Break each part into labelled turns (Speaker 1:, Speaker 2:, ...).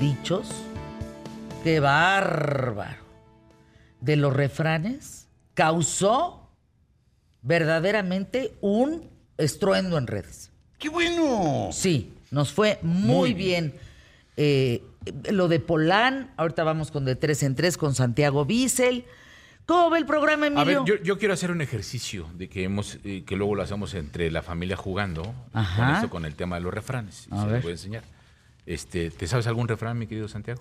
Speaker 1: dichos, qué bárbaro, de los refranes, causó verdaderamente un estruendo en redes.
Speaker 2: ¡Qué bueno!
Speaker 1: Sí, nos fue muy,
Speaker 2: Muy
Speaker 1: bien. Eh, lo de Polán, ahorita vamos con de tres en tres con Santiago Bissell. ¿Cómo ve el programa, Emilio?
Speaker 3: A ver, yo, yo quiero hacer un ejercicio de que hemos, eh, que luego lo hacemos entre la familia jugando
Speaker 1: Ajá.
Speaker 3: con esto, con el tema de los refranes.
Speaker 1: A
Speaker 3: se
Speaker 1: ver.
Speaker 3: lo voy a enseñar. Este, ¿te sabes algún refrán, mi querido Santiago?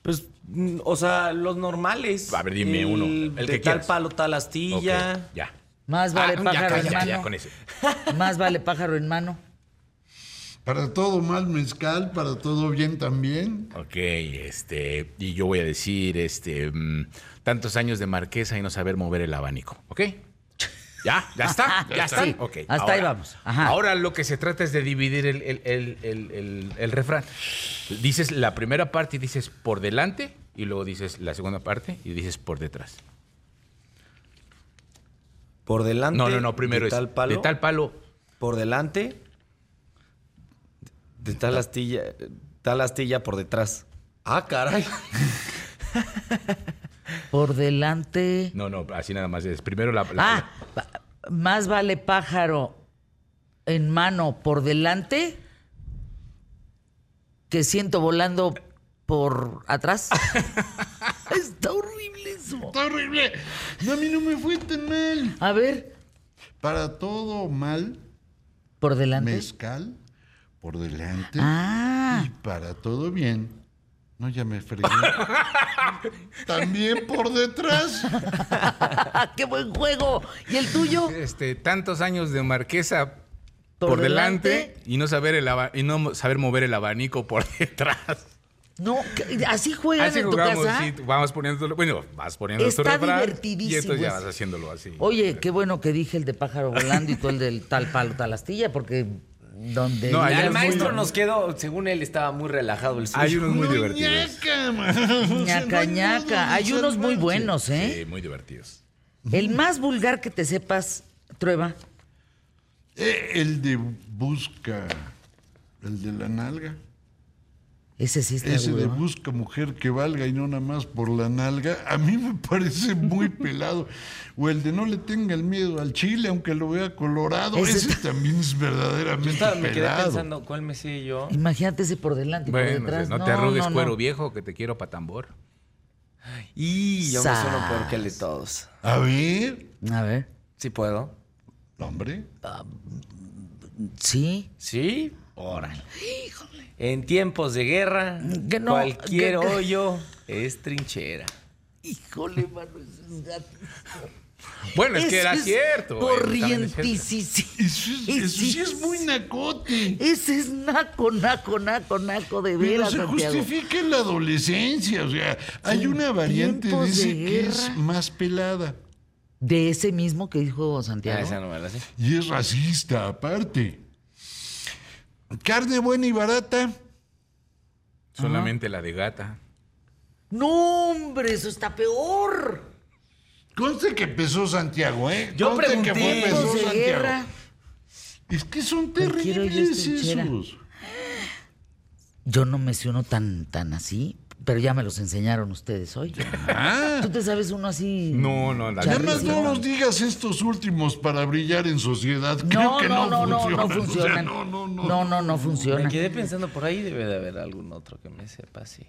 Speaker 4: Pues, mm, o sea, los normales.
Speaker 3: A ver, dime uno, el
Speaker 4: de
Speaker 3: que
Speaker 4: tal
Speaker 3: quieras.
Speaker 4: palo, tal
Speaker 3: Ok,
Speaker 4: astilla.
Speaker 3: ya.
Speaker 1: Más vale
Speaker 3: Ah, ya,
Speaker 1: pájaro
Speaker 3: cállate,
Speaker 1: en
Speaker 3: ya,
Speaker 1: mano.
Speaker 3: ya, con ese.
Speaker 1: Más vale pájaro en mano.
Speaker 2: Para todo mal mezcal, para todo bien también.
Speaker 3: Ok, este, y yo voy a decir, este, mm, tantos años de marquesa y no saber mover el abanico, ¿ok? Ya, ya está, ya está.
Speaker 1: Sí,
Speaker 3: Ok,
Speaker 1: hasta ahí vamos. Ajá.
Speaker 3: Ahora lo que se trata es de dividir el, el- el- el- el- el refrán. Dices la primera parte y dices por delante, y luego dices la segunda parte y dices por detrás.
Speaker 4: Por delante.
Speaker 3: No, no, no, primero
Speaker 4: de
Speaker 3: es
Speaker 4: tal palo.
Speaker 3: de tal palo.
Speaker 4: Por delante. De tal astilla. Tal astilla por detrás.
Speaker 2: Ah, caray.
Speaker 1: Por delante.
Speaker 3: No, no, así nada más es. Primero la. la-
Speaker 1: Ah, pa- más vale pájaro en mano por delante que siento volando por atrás. Está horrible eso.
Speaker 2: Está horrible. No, a mí no me fue tan mal.
Speaker 1: A ver,
Speaker 2: Para todo mal
Speaker 1: por delante.
Speaker 2: mezcal, por delante.
Speaker 1: Ah,
Speaker 2: Y para todo bien. No, ya me fregué. también por detrás.
Speaker 1: qué buen juego. ¿Y el tuyo?
Speaker 3: Este, tantos años de marquesa
Speaker 1: Por
Speaker 3: por, delante,
Speaker 1: delante.
Speaker 3: y no saber el aba- y no mo- saber mover el abanico por detrás.
Speaker 1: No, ¿qué- así juegan
Speaker 3: Así
Speaker 1: en tu
Speaker 3: jugamos,
Speaker 1: casa.
Speaker 3: sí, vamos poniéndolo, bueno, vas poniendo tu
Speaker 1: Está
Speaker 3: refrán
Speaker 1: divertidísimo
Speaker 3: y entonces ya vas
Speaker 1: ese.
Speaker 3: haciéndolo así.
Speaker 1: Oye, qué bueno que dije el de pájaro volando y tú el del tal palo, tal astilla, porque donde...
Speaker 3: No, Allá es
Speaker 4: el
Speaker 3: muy-
Speaker 4: maestro nos quedó, según él, estaba muy relajado el suyo.
Speaker 3: Hay unos muy
Speaker 2: No,
Speaker 3: divertidos.
Speaker 2: ñaca, man. Pues, eh, No
Speaker 1: Ñaca,
Speaker 2: hay modo de
Speaker 1: ñaca. Hay unos muy
Speaker 2: salvarse.
Speaker 1: buenos, ¿eh?
Speaker 3: Sí, muy divertidos.
Speaker 1: El más vulgar que te sepas, Trueba.
Speaker 2: Eh, El de busca, el de la nalga.
Speaker 1: Ese sí está
Speaker 2: Ese de
Speaker 1: vulgar.
Speaker 2: busca mujer que valga y no nada más por la nalga, a mí me parece muy pelado. O el de no le tenga el miedo al chile, aunque lo vea colorado,
Speaker 1: Ese
Speaker 2: ese,
Speaker 1: está-
Speaker 2: también es verdaderamente
Speaker 4: Estaba- me quedé
Speaker 2: pelado.
Speaker 4: pensando, ¿cuál me sé yo?
Speaker 1: Imagínate ese por delante y por
Speaker 3: Bueno, pues,
Speaker 1: detrás.
Speaker 3: no, te arrugues
Speaker 1: no, no.
Speaker 3: cuero viejo que te quiero pa' tambor.
Speaker 4: Y yo me sueno
Speaker 1: Sas.
Speaker 4: peor que el de todos.
Speaker 2: A ver,
Speaker 1: A ver.
Speaker 4: ¿Sí puedo?
Speaker 2: hombre,
Speaker 1: Sí.
Speaker 4: ¿Sí? Órale. En tiempos de guerra,
Speaker 1: Que no,
Speaker 4: cualquier
Speaker 1: que- que-
Speaker 4: hoyo es trinchera.
Speaker 1: Híjole, mano, esos gatos.
Speaker 3: Bueno, es que era
Speaker 1: Ese es
Speaker 3: cierto. eh, también es
Speaker 2: eso,
Speaker 3: cierto.
Speaker 2: es-
Speaker 1: Corrientisísimo.
Speaker 2: eso sí es muy nacote.
Speaker 1: Ese es naco, naco, naco, naco, de
Speaker 2: Pero
Speaker 1: veras,
Speaker 2: se
Speaker 1: Santiago.
Speaker 2: justifica en la adolescencia, o sea, hay una variante de
Speaker 1: tiempos de
Speaker 2: ese que es
Speaker 1: guerra.
Speaker 2: más pelada
Speaker 1: De ese mismo que dijo
Speaker 4: Ah,
Speaker 1: Santiago.
Speaker 4: esa no me la sé.
Speaker 2: y es racista aparte. Carne buena y barata.
Speaker 3: Solamente la de gata.
Speaker 1: No, hombre, eso está peor.
Speaker 2: Conste que empezó Santiago, ¿eh?
Speaker 4: Yo
Speaker 2: Conste
Speaker 4: pregunté.
Speaker 2: que fue empezó
Speaker 1: Tiempos de
Speaker 2: Santiago.
Speaker 1: guerra.
Speaker 2: Es que son
Speaker 1: Cualquier hoyo es
Speaker 2: terribles
Speaker 1: trinchera.
Speaker 2: esos.
Speaker 1: Yo no me sé uno tan, tan así, pero ya me los enseñaron ustedes hoy.
Speaker 2: Ah,
Speaker 1: ¿Tú te sabes uno así?
Speaker 3: No, no, la
Speaker 1: Ya
Speaker 2: nada
Speaker 1: Charlie,
Speaker 2: más
Speaker 1: ¿no?
Speaker 2: no nos digas estos últimos para brillar en sociedad. Creo que no, funcionan. O sea,
Speaker 1: funcionan.
Speaker 2: no, no, no.
Speaker 1: no, no, no
Speaker 4: Me
Speaker 1: funcionan.
Speaker 4: quedé pensando, por ahí debe de haber algún otro que me sepa, sí.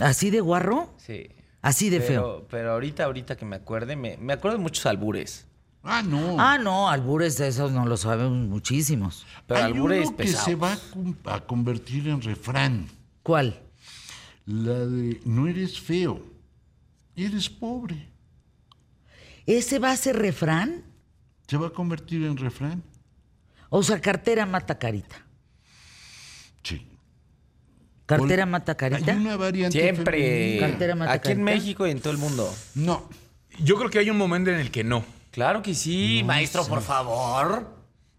Speaker 1: ¿Así de guarro?
Speaker 4: Sí.
Speaker 1: Así de
Speaker 4: pero,
Speaker 1: feo.
Speaker 4: Pero ahorita, ahorita que me acuerde, me, me acuerdo de muchos albures.
Speaker 2: Ah, no.
Speaker 1: Ah, no, albures de esos no lo saben muchísimos.
Speaker 4: Pero
Speaker 2: Hay
Speaker 4: albures
Speaker 2: uno que se
Speaker 4: pesados.
Speaker 2: va a cum- a convertir en refrán.
Speaker 1: ¿Cuál?
Speaker 2: La de no eres feo, eres pobre.
Speaker 1: ¿Ese va a ser refrán?
Speaker 2: Se va a convertir en refrán.
Speaker 1: O sea, cartera mata carita.
Speaker 2: Sí.
Speaker 1: ¿Cartera
Speaker 2: Ol-
Speaker 1: mata
Speaker 2: Hay
Speaker 1: carita?
Speaker 2: una variante
Speaker 4: Siempre.
Speaker 2: femenina.
Speaker 1: Cartera mata
Speaker 4: Aquí en
Speaker 1: carita.
Speaker 4: México y en todo el mundo.
Speaker 2: No.
Speaker 3: Yo creo que hay un momento en el que no.
Speaker 4: Claro que sí, maestro, por favor.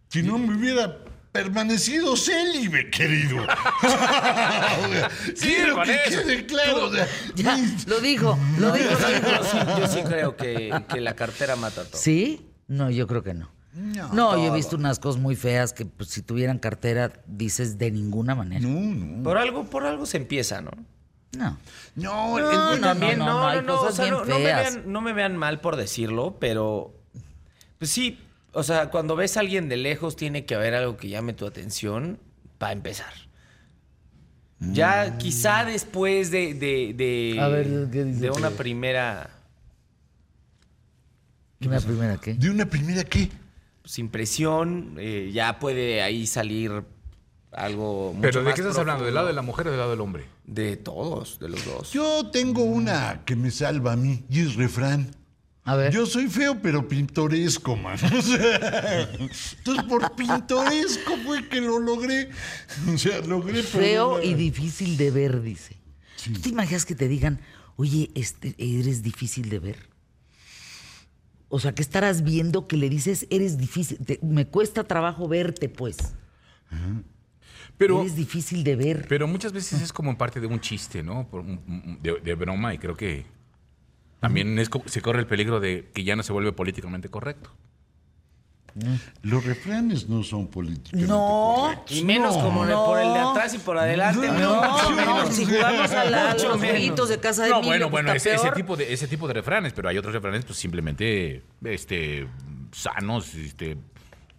Speaker 2: Si no me hubiera permanecido célibe, querido. O sea, Quiero
Speaker 3: con
Speaker 2: que
Speaker 3: eso.
Speaker 2: quede claro. o sea,
Speaker 1: Ya, lo dijo, lo dijo.
Speaker 4: Yo sí, yo sí- yo sí creo que, que la cartera mata todo.
Speaker 1: ¿Sí? No, yo creo que no. No, yo he visto unas cosas muy feas que pues, si tuvieran cartera dices de ninguna manera.
Speaker 2: No, no.
Speaker 4: Por algo, por algo se empieza, ¿no?
Speaker 1: No.
Speaker 2: No,
Speaker 1: No,
Speaker 2: el güey-
Speaker 1: no,
Speaker 4: También, no, no,
Speaker 1: hay
Speaker 4: no, o
Speaker 1: cosas
Speaker 4: sea,
Speaker 1: bien
Speaker 4: no, no me
Speaker 1: feas.
Speaker 4: vean, no me vean mal por decirlo, pero pues sí, o sea, cuando ves a alguien de lejos tiene que haber algo que llame tu atención para empezar. Ya quizá después de, de, de-
Speaker 1: Mm. A ver, ¿qué dice?
Speaker 4: de una primera
Speaker 1: ¿Una primera qué?
Speaker 2: ¿De una primera qué?
Speaker 4: pues, impresión, eh, ya puede ahí salir algo mucho
Speaker 3: ¿Pero de
Speaker 4: más
Speaker 3: qué estás
Speaker 4: profundo.
Speaker 3: hablando? ¿Del lado de la mujer o del lado del hombre?
Speaker 4: De todos, de los dos.
Speaker 2: Yo tengo una que me salva a mí y es refrán.
Speaker 1: A ver.
Speaker 2: Yo soy feo, pero pintoresco, man. O sea, entonces, por pintoresco fue que lo logré. O sea, logré
Speaker 1: Feo
Speaker 2: perder
Speaker 1: y
Speaker 2: la-
Speaker 1: difícil de ver, dice. ¿Tú te imaginas que te digan, oye, este, eres difícil de ver? O sea, que estarás viendo que le dices, eres difícil, te- me cuesta trabajo verte, pues.
Speaker 3: Pero,
Speaker 1: eres difícil de ver.
Speaker 3: pero muchas veces es como parte de un chiste, ¿no? Por un- un- de, de broma y creo que también es co- se corre el peligro de que ya no se vuelve políticamente correcto.
Speaker 2: Los refranes no son políticos.
Speaker 1: no,
Speaker 4: Y menos como en el- por el de atrás y por adelante.
Speaker 1: no, no, si jugamos a, la- a
Speaker 4: Mucho
Speaker 1: los
Speaker 4: menos.
Speaker 1: jueguitos de casa de
Speaker 3: No,
Speaker 1: Emilio, pues,
Speaker 3: bueno, bueno,
Speaker 1: está
Speaker 3: ese, ese
Speaker 1: peor.
Speaker 3: tipo de, ese tipo de refranes, pero hay otros refranes, pues simplemente este, sanos, este,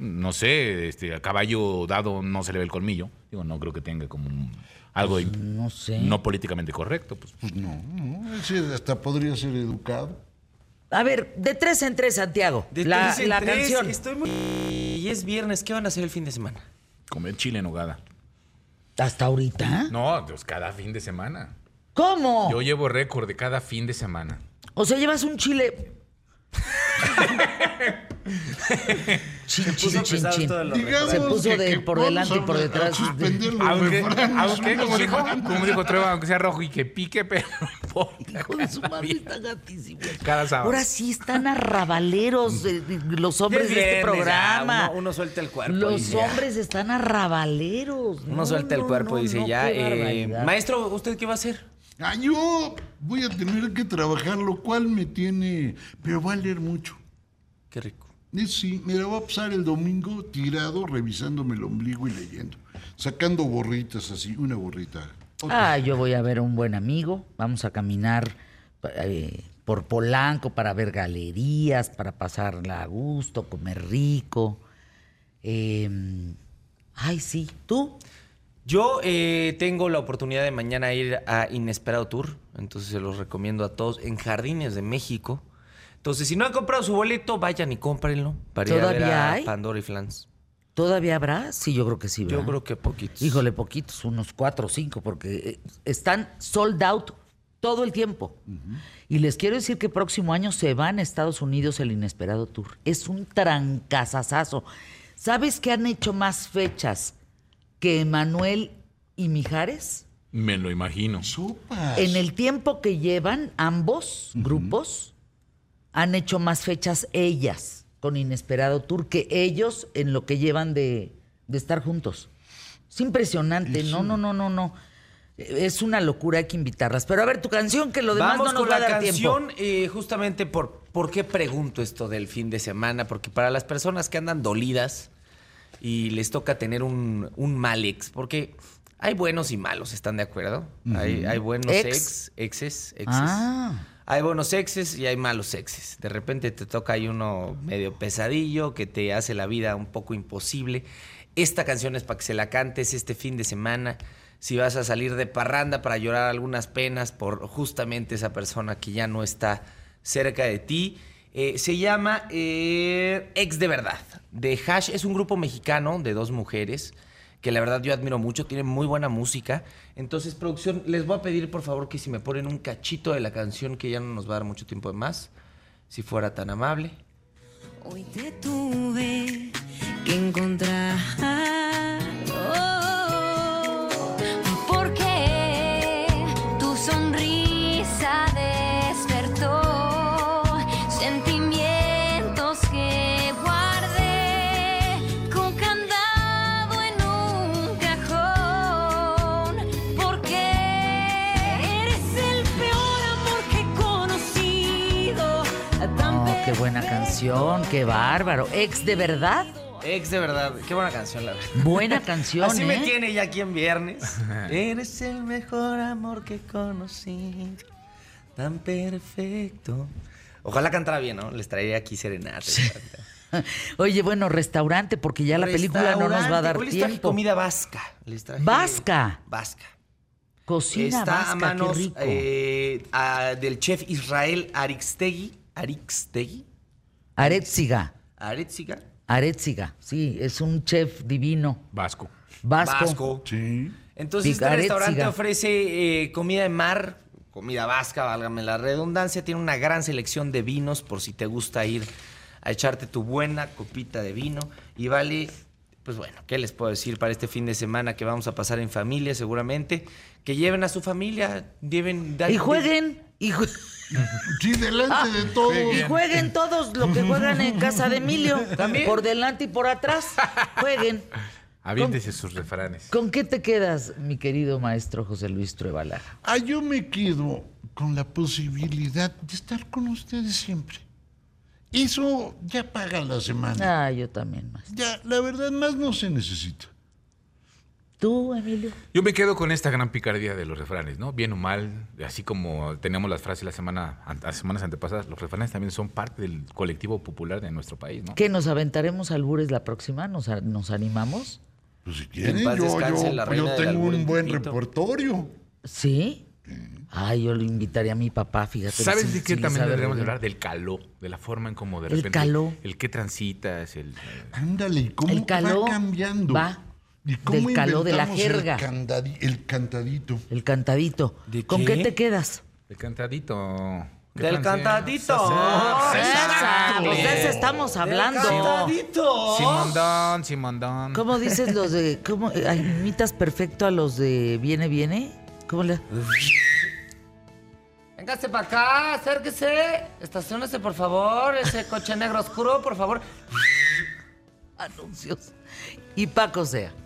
Speaker 3: no sé, este, a caballo dado no se le ve el colmillo. Digo, no creo que tenga como un- algo de-
Speaker 1: Pues, No sé.
Speaker 3: no políticamente correcto. Pues.
Speaker 2: Pues no, no, ese hasta podría ser educado.
Speaker 1: A ver, de tres en tres, Santiago.
Speaker 4: De
Speaker 1: la
Speaker 4: tres en
Speaker 1: la
Speaker 4: tres,
Speaker 1: canción.
Speaker 4: Estoy muy... Y es viernes, ¿qué van a hacer el fin de semana?
Speaker 3: Comer chile en hogada.
Speaker 1: Hasta ahorita.
Speaker 3: No, pues cada fin de semana.
Speaker 1: ¿Cómo?
Speaker 3: Yo llevo récord de cada fin de semana.
Speaker 1: O sea, llevas un chile. chin, chin, chin,
Speaker 4: pesado
Speaker 1: chin.
Speaker 4: todo lo-
Speaker 2: Digamos
Speaker 1: Se puso
Speaker 2: que-
Speaker 1: de
Speaker 2: que
Speaker 1: por
Speaker 2: vamos
Speaker 1: delante y
Speaker 2: a-
Speaker 1: por
Speaker 2: a
Speaker 1: detrás.
Speaker 2: suspender los
Speaker 3: Aunque,
Speaker 2: refranes
Speaker 3: aunque,
Speaker 2: una
Speaker 3: como dijo,
Speaker 2: semana.
Speaker 3: como dijo Trueba, aunque sea rojo y que pique, pero no importa.
Speaker 1: Hijo de su madre, está gatísimo.
Speaker 3: Cada sábado.
Speaker 1: Ahora sí están arrabaleros eh, eh, los hombres
Speaker 4: Mm. Ya es
Speaker 1: de este
Speaker 4: viernes, ya,
Speaker 1: programa.
Speaker 4: uno, uno suelta el cuerpo. y
Speaker 1: los
Speaker 4: ya.
Speaker 1: hombres están arrabaleros.
Speaker 4: Uno
Speaker 1: No,
Speaker 4: suelta el
Speaker 1: no,
Speaker 4: cuerpo
Speaker 1: no,
Speaker 4: y dice,
Speaker 1: no,
Speaker 4: ya,
Speaker 1: qué
Speaker 4: eh,
Speaker 1: barbaridad.
Speaker 4: maestro, ¿usted qué va a hacer?
Speaker 2: Ah, yo voy a tener que trabajar, lo cual me tiene. Pero va a leer mucho.
Speaker 4: Qué rico.
Speaker 2: Eh, Sí, mira, voy a pasar el domingo tirado, revisándome el ombligo y leyendo. Sacando borritas así, una borrita. otra.
Speaker 1: Ah, yo voy a ver a un buen amigo. Vamos a caminar eh, por Polanco para ver galerías, para pasarla a gusto, comer rico. Eh, ay, sí. ¿Tú?
Speaker 4: Yo eh, tengo la oportunidad de mañana ir a Inesperado Tour, entonces se los recomiendo a todos en Jardines de México. Entonces, si no han comprado su boleto, vayan y cómprenlo para ir a ver
Speaker 1: ¿Todavía
Speaker 4: a
Speaker 1: hay?
Speaker 4: Pandora y Flans.
Speaker 1: ¿Todavía habrá? Sí, yo creo que sí.
Speaker 4: Yo
Speaker 1: ¿verdad?
Speaker 4: creo que poquitos.
Speaker 1: Híjole, poquitos, unos cuatro o cinco, porque eh, están sold out todo el tiempo. Y les quiero decir que próximo año se van a Estados Unidos el Inesperado Tour. Es un trancazazazo. ¿Sabes qué han hecho más fechas que Emanuel y Mijares?
Speaker 3: Me lo imagino.
Speaker 2: Sopas.
Speaker 1: En el tiempo que llevan ambos grupos, han hecho más fechas ellas con Inesperado Tour que ellos en lo que llevan de, de estar juntos. Es impresionante. No, no, no, no, no. Es una locura, hay que invitarlas. Pero a ver, tu canción, que lo demás
Speaker 4: Vamos
Speaker 1: no nos
Speaker 4: con
Speaker 1: va a
Speaker 4: la
Speaker 1: dar
Speaker 4: canción,
Speaker 1: tiempo.
Speaker 4: eh, justamente por, por qué pregunto esto del fin de semana, porque para las personas que andan dolidas y les toca tener un, un mal ex, porque hay buenos y malos, ¿están de acuerdo? hay, hay buenos
Speaker 1: Ex.
Speaker 4: ex, exes, exes.
Speaker 1: Ah.
Speaker 4: Hay buenos exes y hay malos exes. De repente te toca ahí uno medio pesadillo que te hace la vida un poco imposible. Esta canción es para que se la cantes este fin de semana. Si vas a salir de parranda para llorar algunas penas por justamente esa persona que ya no está cerca de ti. Eh, se llama eh, Ex de Verdad. De Hash es un grupo mexicano de dos mujeres que la verdad yo admiro mucho, tienen muy buena música. Entonces, producción, les voy a pedir por favor que si me ponen un cachito de la canción que ya no nos va a dar mucho tiempo de más, si fuera tan amable.
Speaker 5: Hoy te tuve que encontrar. Oh, porque tu sonrisa despertó sentimientos que guardé con candado en un cajón. Porque eres el peor amor que he conocido.
Speaker 1: Oh, No, qué buena canción, qué bárbaro. Ex de verdad
Speaker 4: Ex de verdad. Qué buena canción, la verdad.
Speaker 1: Buena canción,
Speaker 4: Así me
Speaker 1: ¿eh?
Speaker 4: tiene ya aquí en viernes. Eres el mejor amor que conocí. Tan perfecto. Ojalá cantara bien, ¿no? Les traería aquí serenata.
Speaker 1: Oye, bueno, restaurante, porque ya la película no nos va a dar
Speaker 4: Hoy les traje
Speaker 1: tiempo.
Speaker 4: comida vasca. Les traje-
Speaker 1: ¿Vasca?
Speaker 4: Vasca.
Speaker 1: Cocina
Speaker 4: Está
Speaker 1: vasca,
Speaker 4: a
Speaker 1: qué
Speaker 4: manos
Speaker 1: rico.
Speaker 4: eh, a- del chef Israel Arixtegui. ¿Arixtegui?
Speaker 1: Aretziga,
Speaker 4: ¿Arexiga?
Speaker 1: Aretziga, sí, es un chef divino.
Speaker 3: Vasco.
Speaker 1: Vasco.
Speaker 2: Sí.
Speaker 4: Entonces, este
Speaker 1: Picaretziga.
Speaker 4: restaurante ofrece eh, comida de mar, comida vasca, válgame la redundancia. Tiene una gran selección de vinos por si te gusta ir a echarte tu buena copita de vino. Y vale, pues bueno, ¿qué les puedo decir para este fin de semana que vamos a pasar en familia seguramente? Que lleven a su familia, lleven...
Speaker 1: Y jueguen, y, ju-
Speaker 2: Sí, delante
Speaker 3: Ah,
Speaker 2: de todo.
Speaker 1: y jueguen todos lo que juegan en casa de Emilio.
Speaker 4: También.
Speaker 1: Por delante y por atrás. Jueguen.
Speaker 3: Aviéntese sus refranes.
Speaker 1: ¿Con qué te quedas, mi querido maestro José Luis Truebala?
Speaker 2: Ah, yo me quedo con la posibilidad de estar con ustedes siempre. Eso ya paga la semana.
Speaker 1: Ah, yo también, maestro.
Speaker 2: Ya, la verdad, más no se necesita.
Speaker 1: ¿Tú, Emilio?
Speaker 3: Yo me quedo con esta gran picardía de los refranes, ¿no? Bien o mal, así como teníamos las frases la semana, an- las semanas antepasadas, los refranes también son parte del colectivo popular de nuestro país, ¿no?
Speaker 1: ¿Qué, nos aventaremos albures la próxima? ¿Nos, a- nos animamos?
Speaker 2: Pues si quieren,
Speaker 4: paz
Speaker 2: yo,
Speaker 4: descanse
Speaker 2: yo-
Speaker 4: la
Speaker 2: yo
Speaker 4: reina del
Speaker 2: tengo
Speaker 4: albur en
Speaker 2: un buen
Speaker 4: Tepito.
Speaker 2: repertorio.
Speaker 1: ¿Sí? Ay, yo lo invitaría a mi papá, fíjate.
Speaker 3: ¿Sabes
Speaker 1: sí-
Speaker 3: de qué
Speaker 1: sí
Speaker 3: también
Speaker 1: sabe
Speaker 3: deberíamos
Speaker 1: bien.
Speaker 3: hablar? Del caló, de la forma en cómo de
Speaker 1: El
Speaker 3: repente...
Speaker 1: caló.
Speaker 3: El que transitas, el...
Speaker 2: Ándale, ¿y cómo
Speaker 1: El caló
Speaker 2: va cambiando?
Speaker 1: va
Speaker 2: ¿Y cómo
Speaker 1: del caló de la
Speaker 2: inventamos el
Speaker 1: jerga.
Speaker 2: candadi- el cantadito.
Speaker 1: El cantadito.
Speaker 4: ¿De
Speaker 1: ¿Con qué
Speaker 4: qué?
Speaker 1: te quedas?
Speaker 3: El cantadito. ¿Qué
Speaker 4: ¡Del
Speaker 3: francés?
Speaker 4: cantadito!
Speaker 1: Esa, pues de eso estamos hablando.
Speaker 4: ¡Cantadito!
Speaker 3: Simondón, Simondón.
Speaker 1: ¿Cómo dices los de. ¿Cómo eh, ay, imitas perfecto a los de Viene, Viene? ¿Cómo le.?
Speaker 4: Véngase para acá, acérquese. Estacionese, por favor. Ese coche negro oscuro, por favor.
Speaker 1: Anuncios. Y Paco sea.